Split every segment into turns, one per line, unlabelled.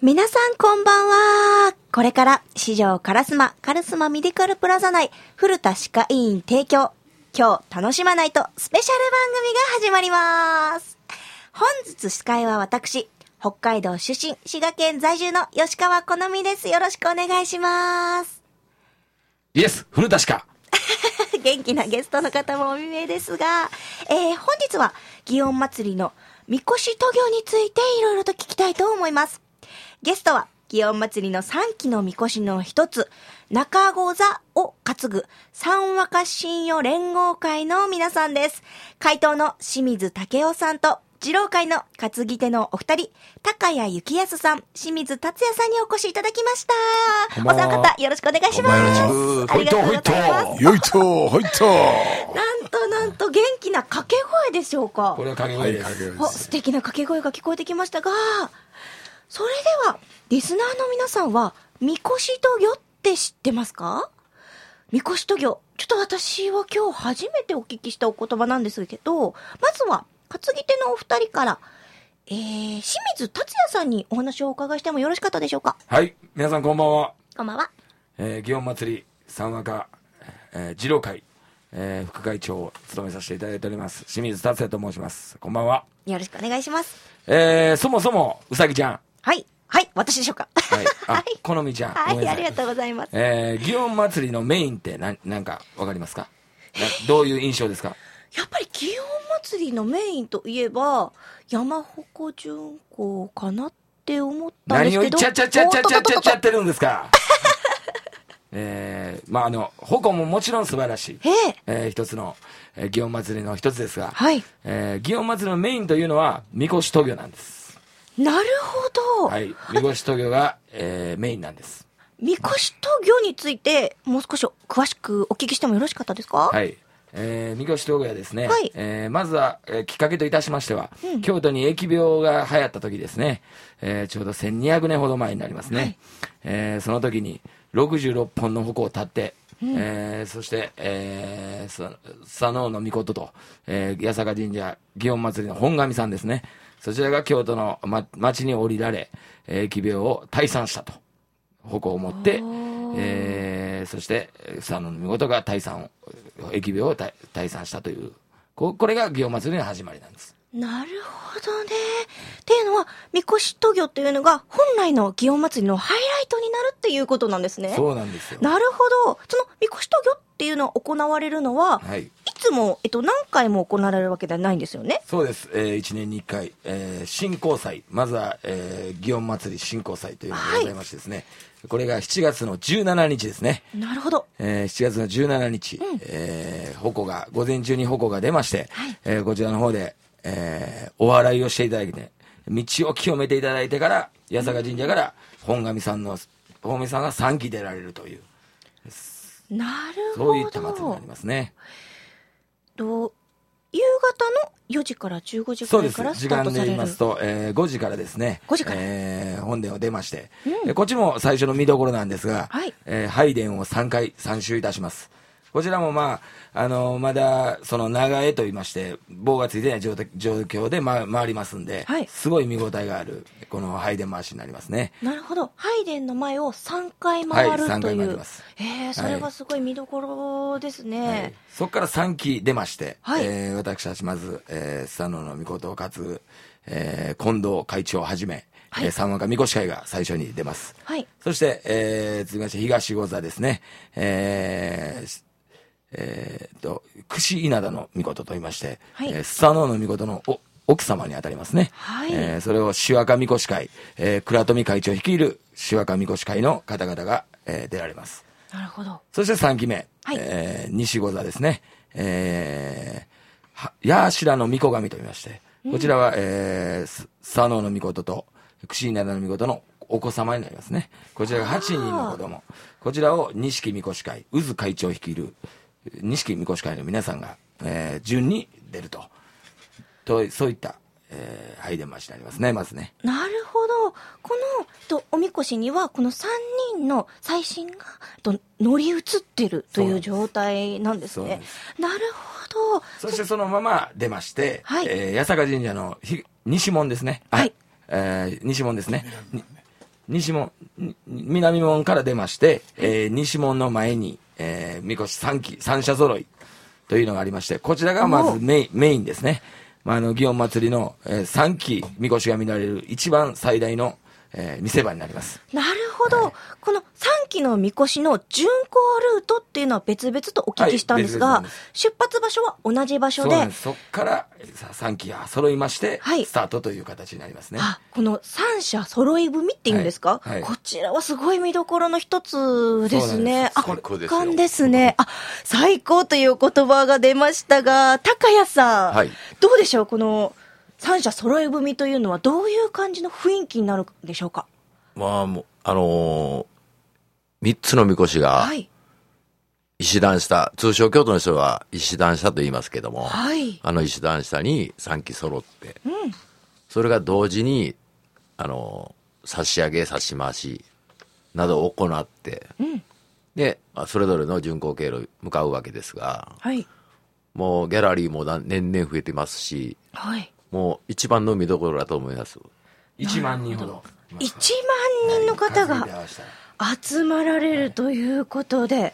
皆さんこんばんは。これから、市場カラスマ、カルスマミディカルプラザ内、古田歯科医院提供、今日楽しまないとスペシャル番組が始まります。本日司会は私、北海道出身、滋賀県在住の吉川好美です。よろしくお願いします。
イエス、古田しか。
元気なゲストの方もお見えですが、えー本日は祇園祭りのみこし渡行についていろいろと聞きたいと思います。ゲストは祇園祭りの3期のみこしの一つ、中子座を担ぐ三和歌信用連合会の皆さんです。会頭の清水武夫さんと、二郎会の担ぎ手のお二人、高谷幸康さん、清水達也さんにお越しいただきました。
こんばんは
お三方よろしくお願いします。ありがとうございます。
よいと、ほいと。
なんとなんと元気な掛け声でしょうか
こ。れは影
は
声
い、
で
かけ
す。
る
お素敵な掛け声が聞こえてきましたが、それではリスナーの皆さんはみこし渡御って知ってますか？みこし渡御、ちょっと私は今日初めてお聞きしたお言葉なんですけど、まずは担ぎ手のお二人から。えー、清水達也さんにお話をお伺いしてもよろしかったでしょうか
はい、皆さんこんばんは。
こんばんは。
えー、祇園祭り、三和歌、えー、二郎会、えー、副会長を務めさせていただいております。清水達也と申します。こんばんは。
よろしくお願いします。
えー、そもそも、うさぎ ちゃん。
はい。はい。私でしょうか。
はい。あ、好みちゃん。ご
は
めん
い。
な
あ
さ
りがとうございます。
えー、祇園祭りのメインって何、なんか、わかりますかなどういう印象ですか
やっぱり祇園祭りのメインといえば山鉾巡行かなって思ったんで
何
す
を
け
い
ど
ちゃちゃちゃちゃちゃちゃちゃっ
と
てるんですか えー、まああの、矛ももちろん素晴らしい。
ええ
えー一つの、えー、祇園祭りの一つですが、
はい
えー祇園祭りのメインというのは、みこし渡御なんです。
なるほど、
はい。みこし渡御が、えーメインなんです。
みこしと行についてもう少し詳しくお聞きしてもよろしかったですかはい、
はい。えー、みこし道具屋ですね、
はい
えーまずは、えーきっかけといたしましては、京都に疫病が流行った時ですね、えーちょうど1200年ほど前になりますね、えーその時に66本の矛を立って、えーそして、えーさ佐野の御事と、えー八坂神社祇園祭りの本神さんですねそちらが京都の、ま、町に降りられ、えー疫病を退散したと矛を持って、えーそしてえー佐野の見事が退散を疫病を退退散したというここれが祇園祭りの始まりなんです
なるほどねっていうのはみこしと行っていうのが本来の祇園祭りのハイライトになるっていうことなんですね
そうなんですよ
なるほどそのみこしと行っていうのは行われるのは、
はい
いつも、えっと、何回も行われるわけではないんですよね。
そうです、え1年に1回、えー新興祭まずは、えー祇園祭り新興祭というのがございましてですね、これが7月の17日ですね
なるほど。
えー7月の17日、えー鉾が、午前中に鉾が出まして、えーこちらの方で、えーお笑いをしていただいて、道を清めていただいてから、八坂神社から、本神さんの、本神さんが3期出られるという、
なる
そうい
ほ
った祭りになり
ど。
ますね。
と夕方の4時から15時
そ
く
う
ら
で
い
す
から。ス
時
タート
間で
さ
言
れ
い
る。
ますと、えー5時からですね。
5時から
えー本殿を出まして、でこっちも最初の見どころなんですが、
はい
えー拝殿を3回参集いたします。こちらもまあ、あのまだ、その長江と言いまして、棒がついてない状態状況で、ま、回りますんで、
はい
すごい見応えがある、この拝殿回しになりますね。
なるほど。ハイデンの前を3回回る
はい
と
三回
い
回り
う
ま。す
ええそれがすごい見どころですね。
はいそこから3期出まして、
はい
えー私たちまず、えー、スタノの御事を担ぐ、えー近藤会長をはじめ、
はい
えー三和歌御越会が最初に出ます。
はい
そして、えー、続きまして東御座ですね、えーしえーと、串稲田の御事といいまして、
はい
えースタノの御事のお奥様にあたりますね。
はい
えーそれをシワカみこし会、えー倉富会長率いるシワカみこし会の方々が、えー出られます。
なるほど。
そして3期目、
はい
えー西御座ですね、えーは、ヤーシラの御子神と言いまして、こちらは、えーす佐野の御事と、串稲田の御事のお子様になりますね。こちらが8人の子供。こちらを錦御越会、渦会長率いる、錦御越会の皆さんが、えー順に出ると。と、そういった、えー、拝殿回しになりますね、まずね。
なるほど。この、えっと、おみこしには、この3人の最新が、えっと、乗り移ってるという状態なんです
そうなん
ね
で。
なるほど。
そしてそのまま出まして、
はい
えー八坂神社のひ西門ですね。
はい。
えー西門ですね。に西門、に南門から出まして、えー西門の前に、えー、みこし3基、三社揃いというのがありまして、こちらがまずメインメインですね。まあ、あの、祇園祭りの、えー、3基、みこしが見られる一番最大の、えー見せ場になります。
なるほど、この3期のみこしの巡行ルートっていうのは別々とお聞きしたんですが、
はい別々なんです
出発場所は同じ場所
そう
で
なんです。そっからさ3基が揃いまして、
はい
スタートという形になりますね。
あこの三者揃い踏みっていうんですか、
はいはい
こちらはすごい見どころの一つですね。あ、
そうなんです最高ですよ
圧巻ですね。あ、最高という言葉が出ましたが、高谷さん、
はい
どうでしょうこの三者揃い踏みというのはどういう感じの雰囲気になるんでしょうか
まあ、もう、あのー、三つのみこしが
はい。
石段下、通称京都の人は石段下と言いますけども、
はい。
あの石段下に3基揃って、それが同時に、あのー、差し上げ、差し回しなどを行って、で、まあそれぞれの巡行経路に向かうわけですが、
はい。
もうギャラリーもだ年々増えてますし、
はい。
もう一番の見どころだと思います。
1万人ほど。
1万人の方
はい数えて合
が
わせたら
集まられるということで、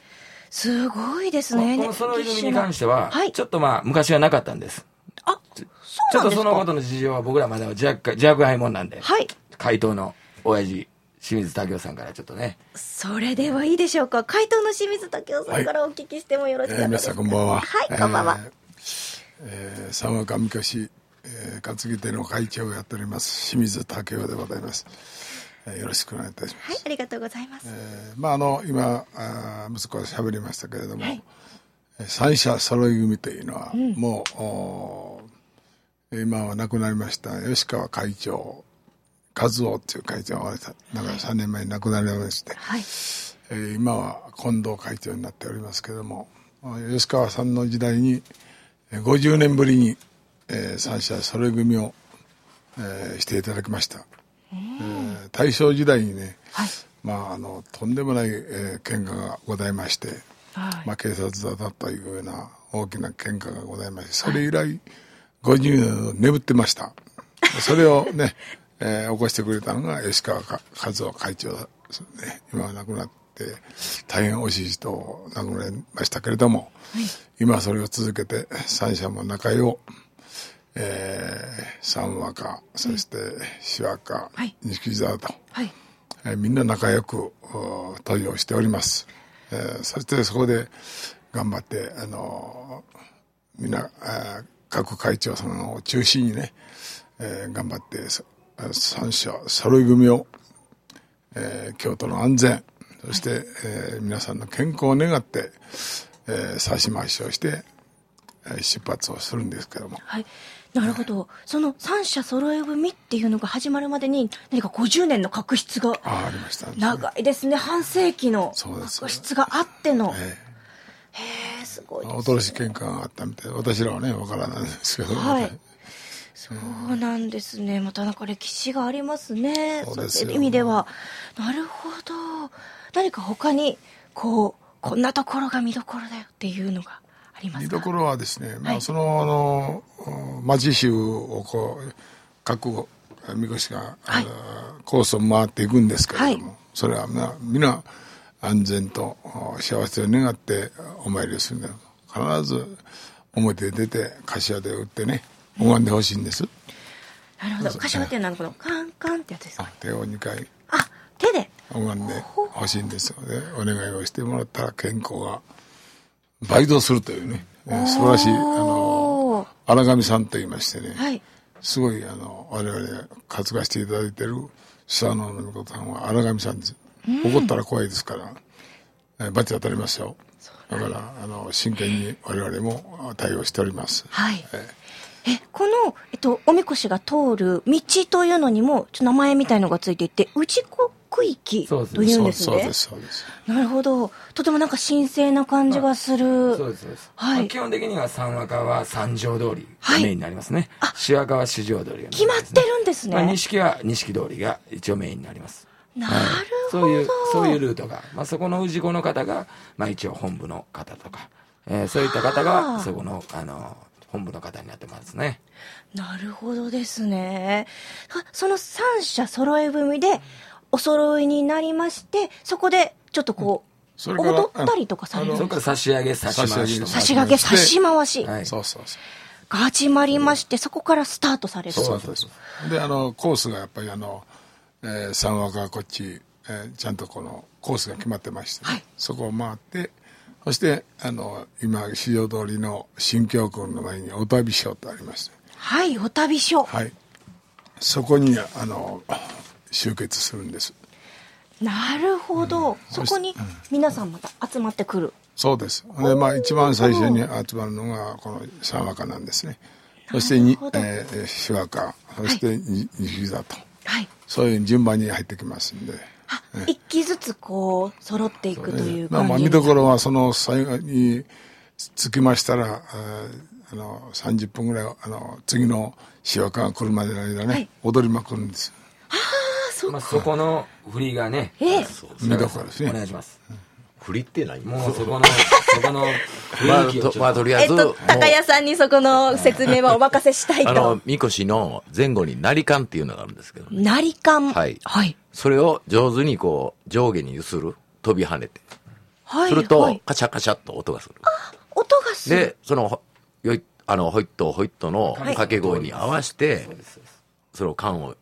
すごいです
まあ
ね。
このソロイ
歴
ズ
史
ミに
の
関しては、
はい
ちょっとまあ、昔はなかったんです。
あ、
ち
そうな
ょっ
ん
と
です
その
か
ことの事情は僕らまでは若干、自白輩もんなんで、
はい。
回答の親父、清水武夫さんからちょっとね、
それではいいでしょうか回答の清水武夫さんからお聞きしてもよろしい
え
で
ー皆
す
さん
か、
こんばんは。
はいこんばんは、
えー。えー三和神輿、えー、担ぎ手の会長をやっております清水武雄でございます。えーよろしくお願いいたします。
はいありがとうございます、
えーまああの今あー息子が喋りましたけれども、えー三者揃い組というのは、もうおー今は亡くなりました吉川会長和夫っていう会長がだから3年前に亡くなりまして、
はい
えー今は近藤会長になっておりますけれどもあ吉川さんの時代にえー50年ぶりに、えー三者揃い組を、えーしていただきました、えー大正時代にね、まあ、あのとんでもない、えー喧嘩がございまして、
はい
まあ、警察だったというような大きな喧嘩がございましてそれ以来50年眠ってましたそれを ね、えー起こしてくれたのが吉川か和夫会長ですね今は亡くなって大変惜しい人を亡くなりましたけれども、今はそれを続けて三者も仲良をえー、三和歌そして四和歌、
はい
錦沢と、
はい
えーみんな仲良くお登場しております、えーそしてそこで頑張ってあのーみんなあー各会長さんを中心にね、えー頑張ってそ三者揃い組を、えー京都の安全そして、えー皆さんの健康を願って、えー差し回しをしてえー出発をするんですけども
はいなるほどその三者揃い踏みっていうのが始まるまでに何か50年の確執が
あありましたね
長いですね半世紀の
そうです
確執があっての
え
えーすごい
え
ですね
恐ろしい喧嘩があったみたいで私らはねわからないんですけど、
はいそうなんですね。またなんか歴史がありますね。
そ
そう
うですよ
いう意味では。なるほど。何か他に、こう、こんなところが見どころだよっていうのがありま
見
す
ど
か
ころはですね、ま
は
あ、
い
そのあの町衆をこう各みこしが、
はい
あのコースを回っていくんですけれども、
は
それは皆皆安全とあ幸せを願ってお参りをするんだよ必ず表へ出て柏で打ってね拝んでほしいんです、
なるほど。柏っていうのはこのカンカンってやつですか
手を2回
あ、手で。
拝んでほしいんですよねお願いをしてもらったら健康が倍増するというね、えー素晴らしいあ
お
の
ー
荒神さんと言いましてね、
はい。
すごいあの我々が担がしていただいてる久野の美子さんは荒神さんです、怒ったら怖いですから、えー、バチ当たりますよだからあの真剣に我々も対応しております、
はい。
え
え、この、えっと、おみこしが通る道というのにも、ちょっと名前みたいのがついていて、氏子区域
そ
と
うですね
いうん
そ
で
う
す
そ
ね
うで。すそうです
なるほど。とてもなんか神聖な感じがする。
そうです、そうです。
はい
まあ基本的には三和歌は三条通り
は
が
い
メインになりますね。四和歌は四条通りがメインです
決
ね、
まってるんですね。
まあ、錦は錦通りが一応メインになります。
なるほど。
そういう、そういうルートが、まあ、そこの氏子の方が、まあ、一応本部の方とか、えーそういった方
あー
が、そこの、あの、本部の方になってますね。
なるほどですね。あその三者揃い踏みで、お揃いになりまして、そこでちょっとこう、
それから
踊ったりとかされる
あ
それ
の
から差し上げ、差し回しと。
差し掛け、差し回し
はい
そうそうそう
が始まりまして、そこからスタートされる。
そうそうそうであのコースがやっぱりあの、えー、三枠はこっち、えーちゃんとこのコースが決まってまして、そこを回ってそしてあの今市場通りの新京区の前にお旅ショーとありまして
はい、お旅所。
はいそこにあの集結するんです
なるほど、そこに皆さんまた集まってくる。
そうですでまあ一番最初に集まるのがこの三枠なんですねそして
な
に
るほ、ど
えー、四枠そしてに二膝と、
はい。
そういう順番に入ってきますんで
あ、一機ずつこう、揃っていくという
まあ、
感
まあ
じ
見
に。
どころはその最後に着きましたらあーあの30分ぐらいあの次の仕分が来るまでの間ね、
はい
踊りまくるんです
まあ、そこの振りがね、
ええ、
見どころです
お願い
ね
します。
振りって何
もうそこの、そこの
ま
雰囲気をちょ
あ
っ
と
と、
まあとりあ
え
え
っ
ず、も
と
う、
高谷さんにそこの説明はお任せしたいと
あの。みこしの前後に成冠っていうのがあるんですけど、ね、
なりかん。
はい
はい。
それを上手にこう上下に揺する飛び跳ねて
はい。
する
は
と
い
カチャカチャっと音がする、
音がする。
でそのほよいあのホイットホイットの掛け声に合わせて、その缶を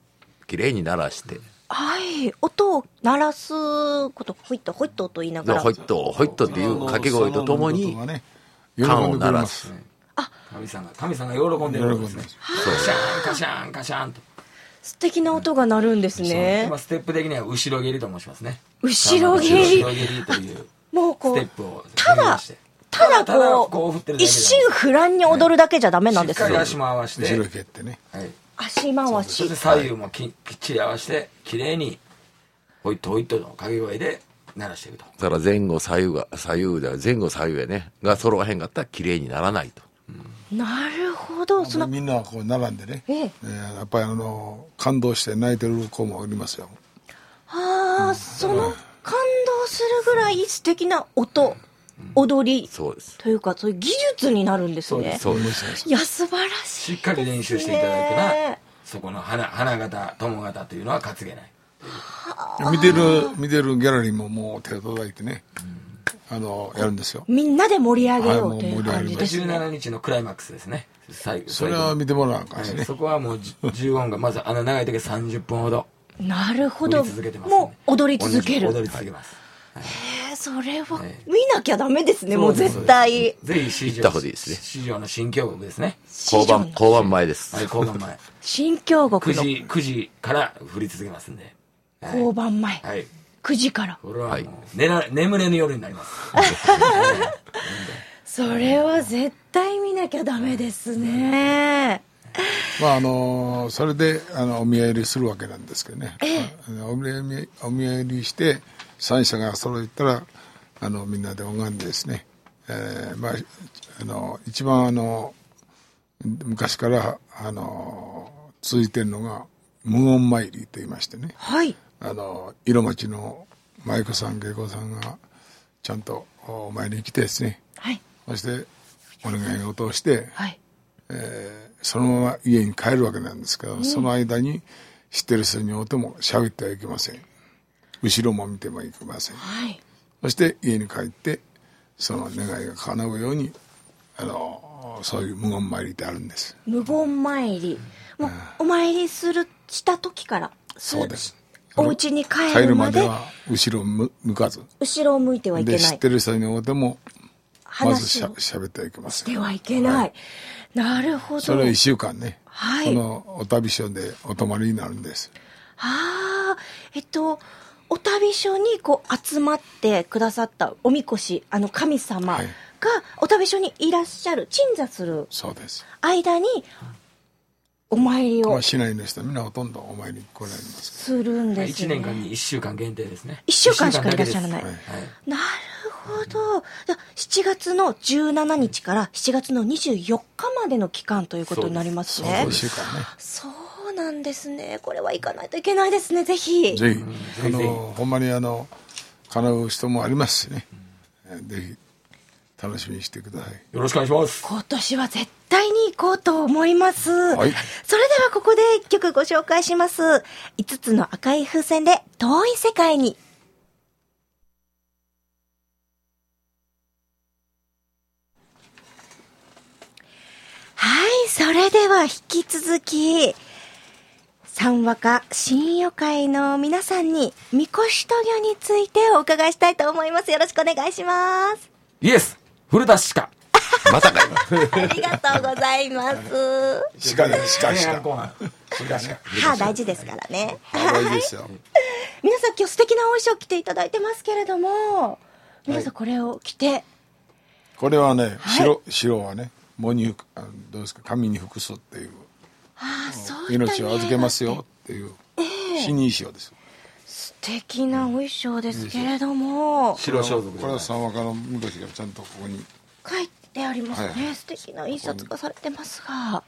きれいに鳴らして
はい。音を鳴らすこと、ほいっとほいっとと言いな
で
がら
ホイ。ットホイットっていう掛け声とともに
感
缶を鳴らす
神さんが、神さんが喜んでるんですね。カシャン、カシャン、カシャンと。
素敵な音が鳴るんですね
まあ。ステップ的には後ろ蹴りと申しますね。
後ろ蹴り
後ろ蹴りという。
もうこ
ステ
う
ップを、
ただ、ただ
ただこう振
こ
って
う、
るだけじゃない
一心不乱に踊るだけじゃダメなん
し
で
っ
す
かり
よ。
足も合わせ
後ろ
て、
蹴ってね
はい、
足回
それ
し
で。左右もききっちり合わせて綺麗にホイットホイットの掛け声で鳴らしていくと
だから前後左右が左右だよ前後左右やねが揃わへんかったらきれいにならないと
なるほど。その、
みんなこう並んでね、
ええ
えーやっぱりあの感動して泣いてる子もおりますよ
ああ、その感動するぐらい素敵な音、踊り、
そうです
というか、そういう技術になるんですね。
そうです
いや、素晴らし
し
い。
っかり練習していただいたら
ね
そこの花花形友形というのは担げない
見てる見てるギャラリーももう手を叩いてね、あのやるんですよ
みんなで盛り上げようという
はいもう盛り上がり
感
ま
じで
す
すね。
17日のクライマックスですね最後
それは見てもらわんかん
最後
しね、
はいそこはもうじ10音がまずあの長い時は30分ほど
なるほ
踊
ど。
り続けてますね
もう踊り続ける。
踊り続けます、
えーそれは
ね
見なきゃダメですね、もう
そうです
絶対。
ぜひ市
行っ
場
た方がいいですね
市場の新京国ですね
交
市場
番
の
交番前です、
はい交番前
新京
9
極の
時9時から振り続けますんではい
交番前。
はい
9時から。
これはもう、
はい
寝ら眠れぬ夜になります
それは絶対見なきゃダメですね。
まああのそれであのお見合い入りするわけなんですけどね、お見合いお見合い入りして三者が揃ったらあのみんなで拝んでですね、えーまあ、あの一番あの昔からあの続いてるのが無音参りと言いましてね
はい。
あの色町の舞妓さん芸妓さんがちゃんとお参りに来てですね
はい。
そしてお願い事をして
はい。
えーそのまま家に帰るわけなんですけど、その間に知ってる人に会うても喋ってはいけません後ろも見てもいけません
はい。
そして家に帰ってその願いが叶うようにあのそういう無言参りってあるんです
無言参り。もう、お参りする、した時から。
そうです
お家に帰
帰
る
る
ま
ま
で
で、は後ろ向かず
後ろを向いてはいけ
で
な
知っ
い。
てる人に会うてもまずし
話
ゃ
を
喋ってはいけません
してはいけない。なるほど。
それを1週間ね、
はい
このお旅所でお泊まりになるんです
ああ、えっと、お旅所にこう集まってくださったおみこし、あの神様が
はい
お旅所にいらっしゃる、鎮座する
そうです
間に、お参り
ま
を
あ市内の人はみんなほとんどお参りに来られます
するんです
1
ね。
年間に1週間限定ですね
一週間しかいらっしゃらない
一週間だけですはい
なるほど。じゃあ7月の17日から7月の24日までの期間ということになりますね。
一週間ね
そうなんですね。これは行かないといけないですね、ぜひ。
ぜひ、あ
ぜひぜひ
の、ほんまにあの、叶う人もありますしね。えーぜひ、楽しみにしてください。
よろしくお願いします
今年は絶対に行こうと思います。
はい
それではここで一曲ご紹介します。5つの赤い風船で遠い世界に。はい、それでは引き続き、三和歌新予会の皆さんに、みこしとぎょについてお伺いしたいと思います。よろしくお願いし ます。
イエス古田しか
またかよ。
ありがとうございます。
鹿で鹿鹿
後半古田鹿
歯大事ですからね。
大事ですよ
皆さん今日素敵なお衣装着ていただいてますけれども、皆さんこれを着て、
これはね白白はね藻に服あのどうですか紙に服すっていう
ああ、そういった
命を預けますよっていう死に衣装です
素敵なお衣装ですけれども、
白装束
これは三和歌の昔がちゃんとここに
書いてありますね、
はい
素敵な印刷がされてますが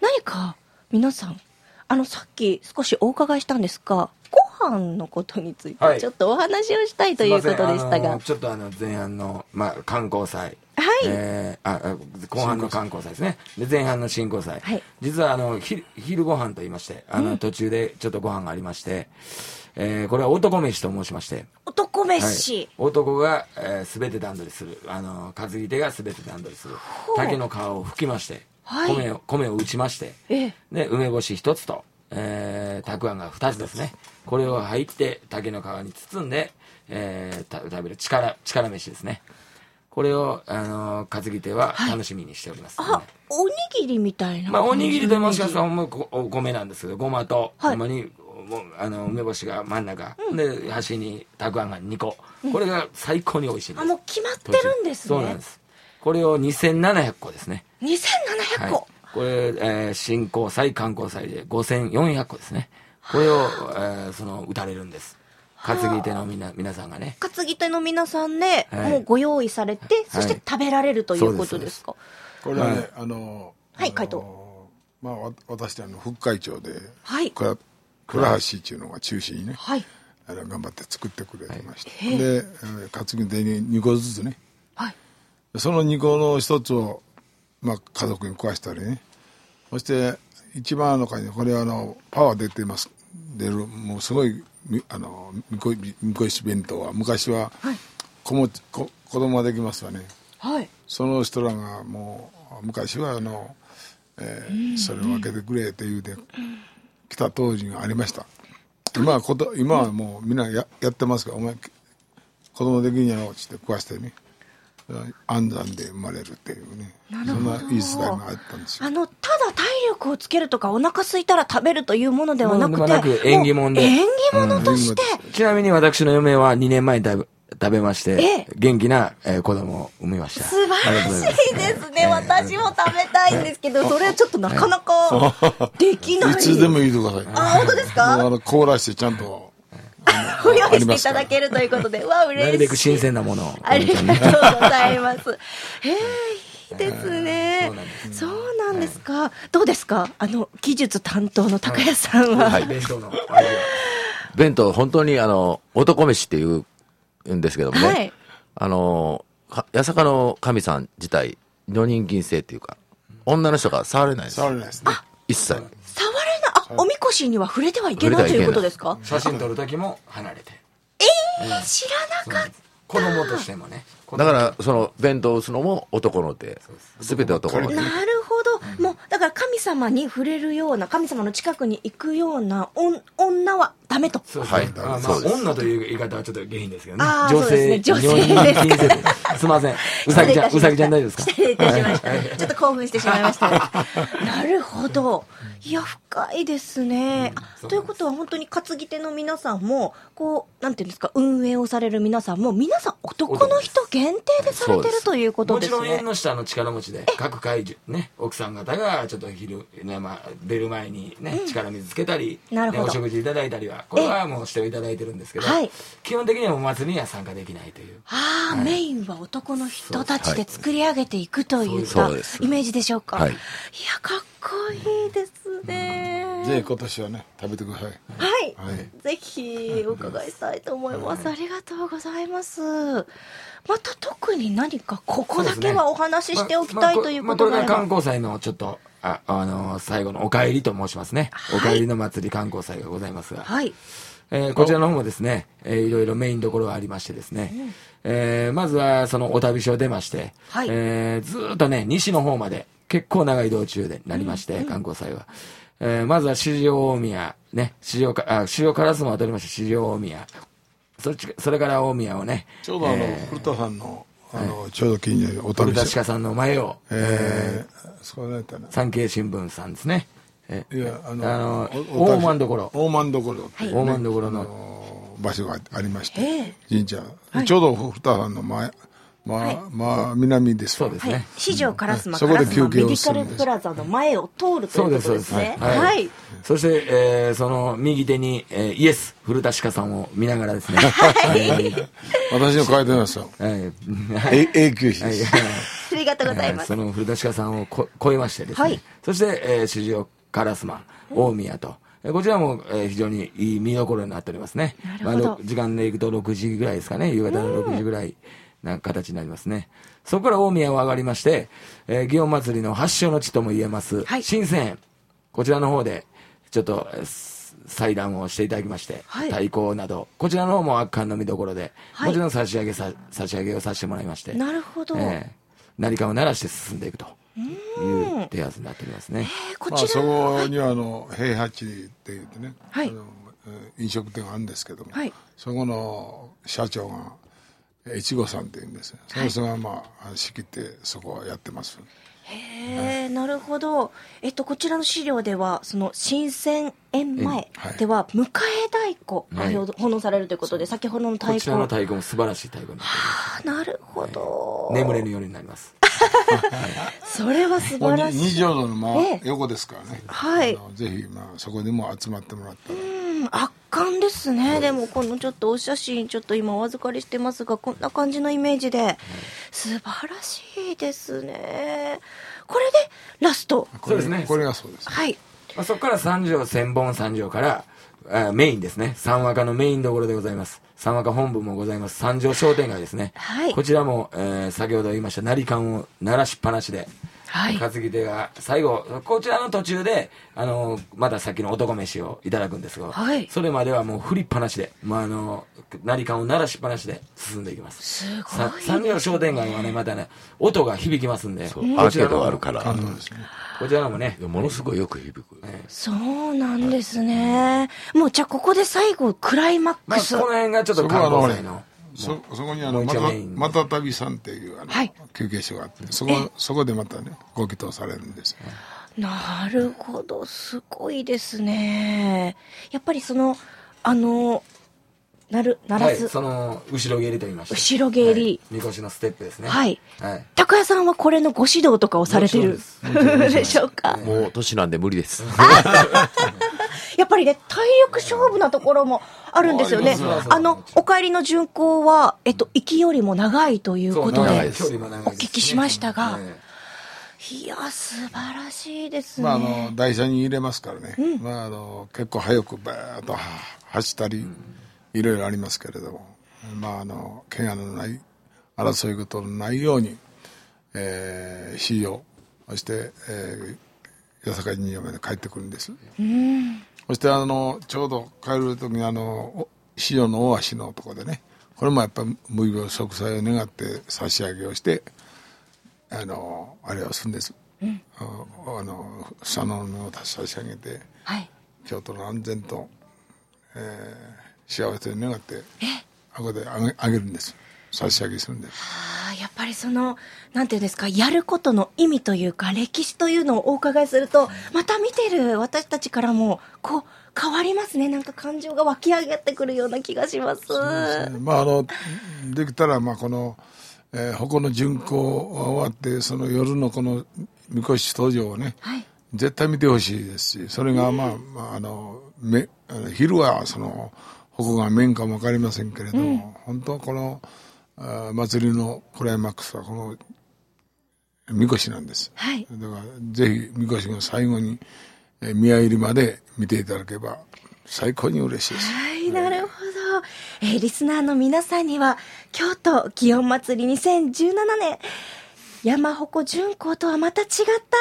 何か皆さんあのさっき少しお伺いしたんですがご飯のことについ
は
て
い
ちょっとお話をしたいということでした
すいません
が、
あのちょっとあの前半の、まあ、観光祭、
はい
えーああ後半の観光祭ですねで前半の新光祭、
はい
実はあのひ昼ご飯と言いましてあの、途中でちょっとご飯がありまして、えーこれは男飯と申しまして、
男
はい
飯、
男が、えー、全て段取りするあの担ぎ手が全て段取りする
う
竹の皮を吹きまして、
はい
米を米を打ちまして、
ええ
で梅干し一つと、えー、たくあんが二つですねこれを入って竹の皮に包んで、えー、た食べる力力飯ですねこれを、あの担ぎ手は楽しみにしております、
あおにぎりみたいな
まあ、おにぎりともしかした
た
らほんまこお米なんですけどごまと、
はい
ほんまにもうあの梅干しが真ん中、で端にたくあんが2個これが最高に美味しいです、
あもう決まってるんですね
そうなんですこれを2700個ですね、は
2700
い
個、、
これ、えー新興祭観光祭で5400個ですねこれを、えーその打たれるんです担ぎ手のみな皆さんがね
担ぎ手の皆さんで、
はい
もうご用意されて、そして食べられるということですか。
これはねあの
はい
あの
回答
まあわ私たちの副会長で
はい
倉倉橋っていうのが中心にね
はい。
あの頑張って作ってくれてました、でえー担ぎ手に2個ずつね
はい。
その2個の一つを、まあ、家族に食わしたりねそして一番の中にこれはあのパワー出てます出るもうすごいみあのみこみみこし弁当は昔は子も、こ子供ができますわね
はい。
その人らがもう昔はあの、えーそれを分けてくれって言うて来た当時がありました今はこと今はもうみんなややってますからお前子供できんやろっつって食わしてね安産で生まれるっていうねそんないい時代があったんですよ
あの、ただ体力をつけるとか、お腹空いたら食べるというものではなくて、
もうではなく
もう
縁起物で
縁起物として、
ちなみに私の嫁は2年前に食べ食べまし
ええ
て元気な、えー子供を産みました
素晴らしいですね。私も食べたいんですけど、それはちょっとなかなかできない。
いつでも言うてください
あ、本当です
もうあ
か
の凍らしてちゃんと
ご用意していただけるということで、わあ、嬉しい。
なるべく新鮮なものを
ありがとうございます。へえいいですね
そうなんで。
そうなんですか。どうですか。あの技術担当の高谷さんは。
は
はいい。
弁当の味を
弁当、本当にあの、男飯って言うんですけどもね。
はい
あの、か八坂の神さん自体、女人禁制っていうか、女の人が触れないんです
触。れないですね
一切。
触れない。あ、おみこしには触れてはいけないと
触れてはいいけないう
ことですか。
写真撮る時も離れて
知らなかっ
子供としてもね子供
だから、その、弁当を打つのも男の手。すべて男
た。
の手。
なるほど。もうだから神様に触れるような神様の近くに行くようなおん女はダメと。
そうですね
はい
まあまあ
そうです
女という言い方はちょっと下品ですけどね。
あーそうですね女性
女性ですすいません。うさぎちゃん、うさぎちゃん大丈夫ですか
失礼いたしました。ちょっと興奮してしまいました。 なるほど。いや、深いですね。あ
そう
ということは、本当に担ぎ手の皆さんも、こう、なんていうんですか、運営をされる皆さんも、皆さん男の人限定でされて
そうで
る
す
ということ
も
で
ち
す
ろん縁
ね。
の下の力持ちで、各会議、ね、奥さん方がちょっと昼、ね、まあ、出る前にね、力水つけたり、
なるほど
ねお食事いただいたりは、これはもうしていただいてるんですけど
はい、
基本的にはお祭りには参加できないという。
ああ、メインは男の人たちで作り上げていくといった
そうです
イメージでしょうか。
は
い
い
や、かっこいいですね。
ぜひ今年はね食べてください
ははい、
はい
ぜひお伺いしたいと思います、ありがとうございますまた特に何かここだけはお話ししておきたいということ
ま
があ
あまあ
れ
これが
ば
観光祭のちょっと、あ、あのー最後のお帰りと申しますね。お帰りの祭り観光祭がございますが。
はい
えーこちらの方もですね、えーいろいろメインどころがありましてですね、えーまずはそのお旅所を出まして、
はい
えーずーっとね、西の方まで結構長い移動中でなりまして、観光祭は。えーまずは四条大宮、ね、四条か、あ、四条烏丸を通りました四条大宮。そっち、それから大宮をね、
ちょうどあの、古田さんの、あの、ちょうど近所にお旅
古田
し
鹿さんの前を、
えー、そこだったな。
産経新聞さんですね。え
いや、あ
あの
おお旅
大間所
大間所っていうね
大間所の
あの場所がありまして、
え
神社、ちょうど古田さんの前、まあ、まあ、南ですわ
そうです
はい
ね、
四条烏丸
そこで
烏
休
丸メ
憩
デ
を
ィカ
する
ル
んです
プラザの前を通るということですねはい、
そして、えーその右手に、えーイエス、古田鹿さんを見ながらですね、
私の書いてますよ。
はい
え永久碑です。
ありがとうございます
その古田鹿さんをこ超えましてですね、
はい
そして、えー、主人烏丸、大宮と、えーこちらも、えー非常にいい見どころになっておりますね。
なるほど
まあろく時間でいくと6時ぐらいですかね、夕方の6時ぐらいな形になりますね。そこから大宮を上がりまして、えー、祇園祭の発祥の地とも言えます、
はい
新鮮園、こちらの方で、ちょっと、えーす祭壇をしていただきまして、
はい
太鼓など、こちらの方も圧巻の見どころで、
はい
もちろん差し上げさ、差し上げをさせてもらいまして、
なるほど
ええ何かを鳴らして進んでいくという手合になっておりますね。
えーこ
まあ、
ちら、
そこにはあの平八って言ってね、
はい
あのえー飲食店があるんですけども、
はい
そこの社長がえー越後さんって言うんですよその人がまあ仕切ってそこはやってます、
えーなるほど、えっと、こちらの資料ではその新鮮園前
はい
では迎え太鼓が
はい
奉納されるということで、先ほどの太
こち
鼓
らの太鼓も素晴らしい太鼓になって
あなるほど、
おります眠れぬようになります。
それは素
もう
晴
に
らしい
二条路のまあ
ええ
横ですからね、
はい
あのぜひまあそこでも集まってもらったら、
うん圧巻ですねでもこのちょっとお写真ちょっと今お預かりしてますがこんな感じのイメージで素晴らしいですねこれでラスト
これ
そうですね
これがそうです、
はい
まあ、そこから三条千本三条からあメインですね三和歌のメインどころでございます三和歌本部もございます三条商店街ですね、
はい
こちらも、えー先ほど言いました鳴り管を鳴らしっぱなしで、
はい
担ぎ手が最後こちらの途中であのまださっきの男飯をいただくんですが、
はい
それまではもう振りっぱなしで、まあ、あの鳴り管を鳴らしっぱなしで進んでいきます
すごい
さ三条商店街はねまたね音が響きますんで
そう
こ
アー
ち
ケ
ら
ー
の
ドがあるから
感動ですね
こちらのもね
いやものすごいよく響く、
そうなんですね。もうじゃあここで最後クライマック
まあ、こ
ス。
の辺がちょっ
そ
と
こはあ
観
の
光
ね
祭の。
そそこにあの
もう一
また
応メイン
また旅さんっていうあの、
はい
休憩所があってそこそこでまたねご祈祷されるんですよ、
なるほど、すごいですね。やっぱりそのあのなる鳴
は
ら
い、
す、
その後ろ蹴りと言いました
後ろ蹴り
はい、みこしのステップですね
はい
はい、
高谷さんはこれのご指導とかをされてるでしょうか。
もう年なんで無理です
やっぱりね体力勝負なところもあるんですよね
あります。
あのお帰りの巡行はえっと行きよりも長いということ
長い
で
です距離も長い
お
ですね
聞きしましたが
え、
いや素晴らしいですね。
まあ、あの台車に入れますからね、まあ、あの結構早くバーッとは走ったり、いろいろありますけれども、まあ、あの怪我のない争い事のないように、えー、火をそして、えー、八坂神社まで帰ってくるんです、そしてあのちょうど帰る時にあの火をの大足のとこでねこれもやっぱ無病息災を願って差し上げをしてあのあれをするんです、ああの草の根を差し上げて
はい。
京都の安全と、えー幸せを願ってあこであげあげるんです差し上げするんです
あーやっぱりその、なんていうんですか、やることの意味というか、歴史というのをお伺いすると、また見てる私たちからも、こう、変わりますね。なんか感情が湧き上がってくるような気がします。
まああのできたらまあこの、えー、鉾の巡行が終わってその夜のこのみこし登場をね、
はい。
絶対見てほしいですしそれがまあ,、まあ、あのめあの昼はその鉾が面かも分かりませんけれども、本当はこのあ祭りのクライマックスはこのみこしなんです
はい。
だからぜひみこしの最後にえ宮入りまで見ていただけば最高に嬉しいです。
はい、なるほど。えーリスナーの皆さんには、京都祇園祭り2017年、山鉾巡行とはまた違っ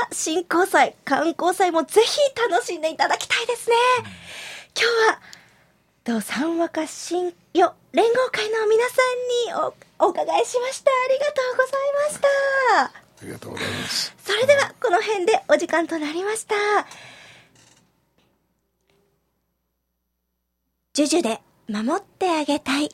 た新興祭、観光祭もぜひ楽しんでいただきたいですね。今日は、と三和歌新よ連合会の皆さんにおお伺いしました。ありがとうございました。
ありがとうございます。
それではこの辺でお時間となりました。ジュジュで守ってあげたい。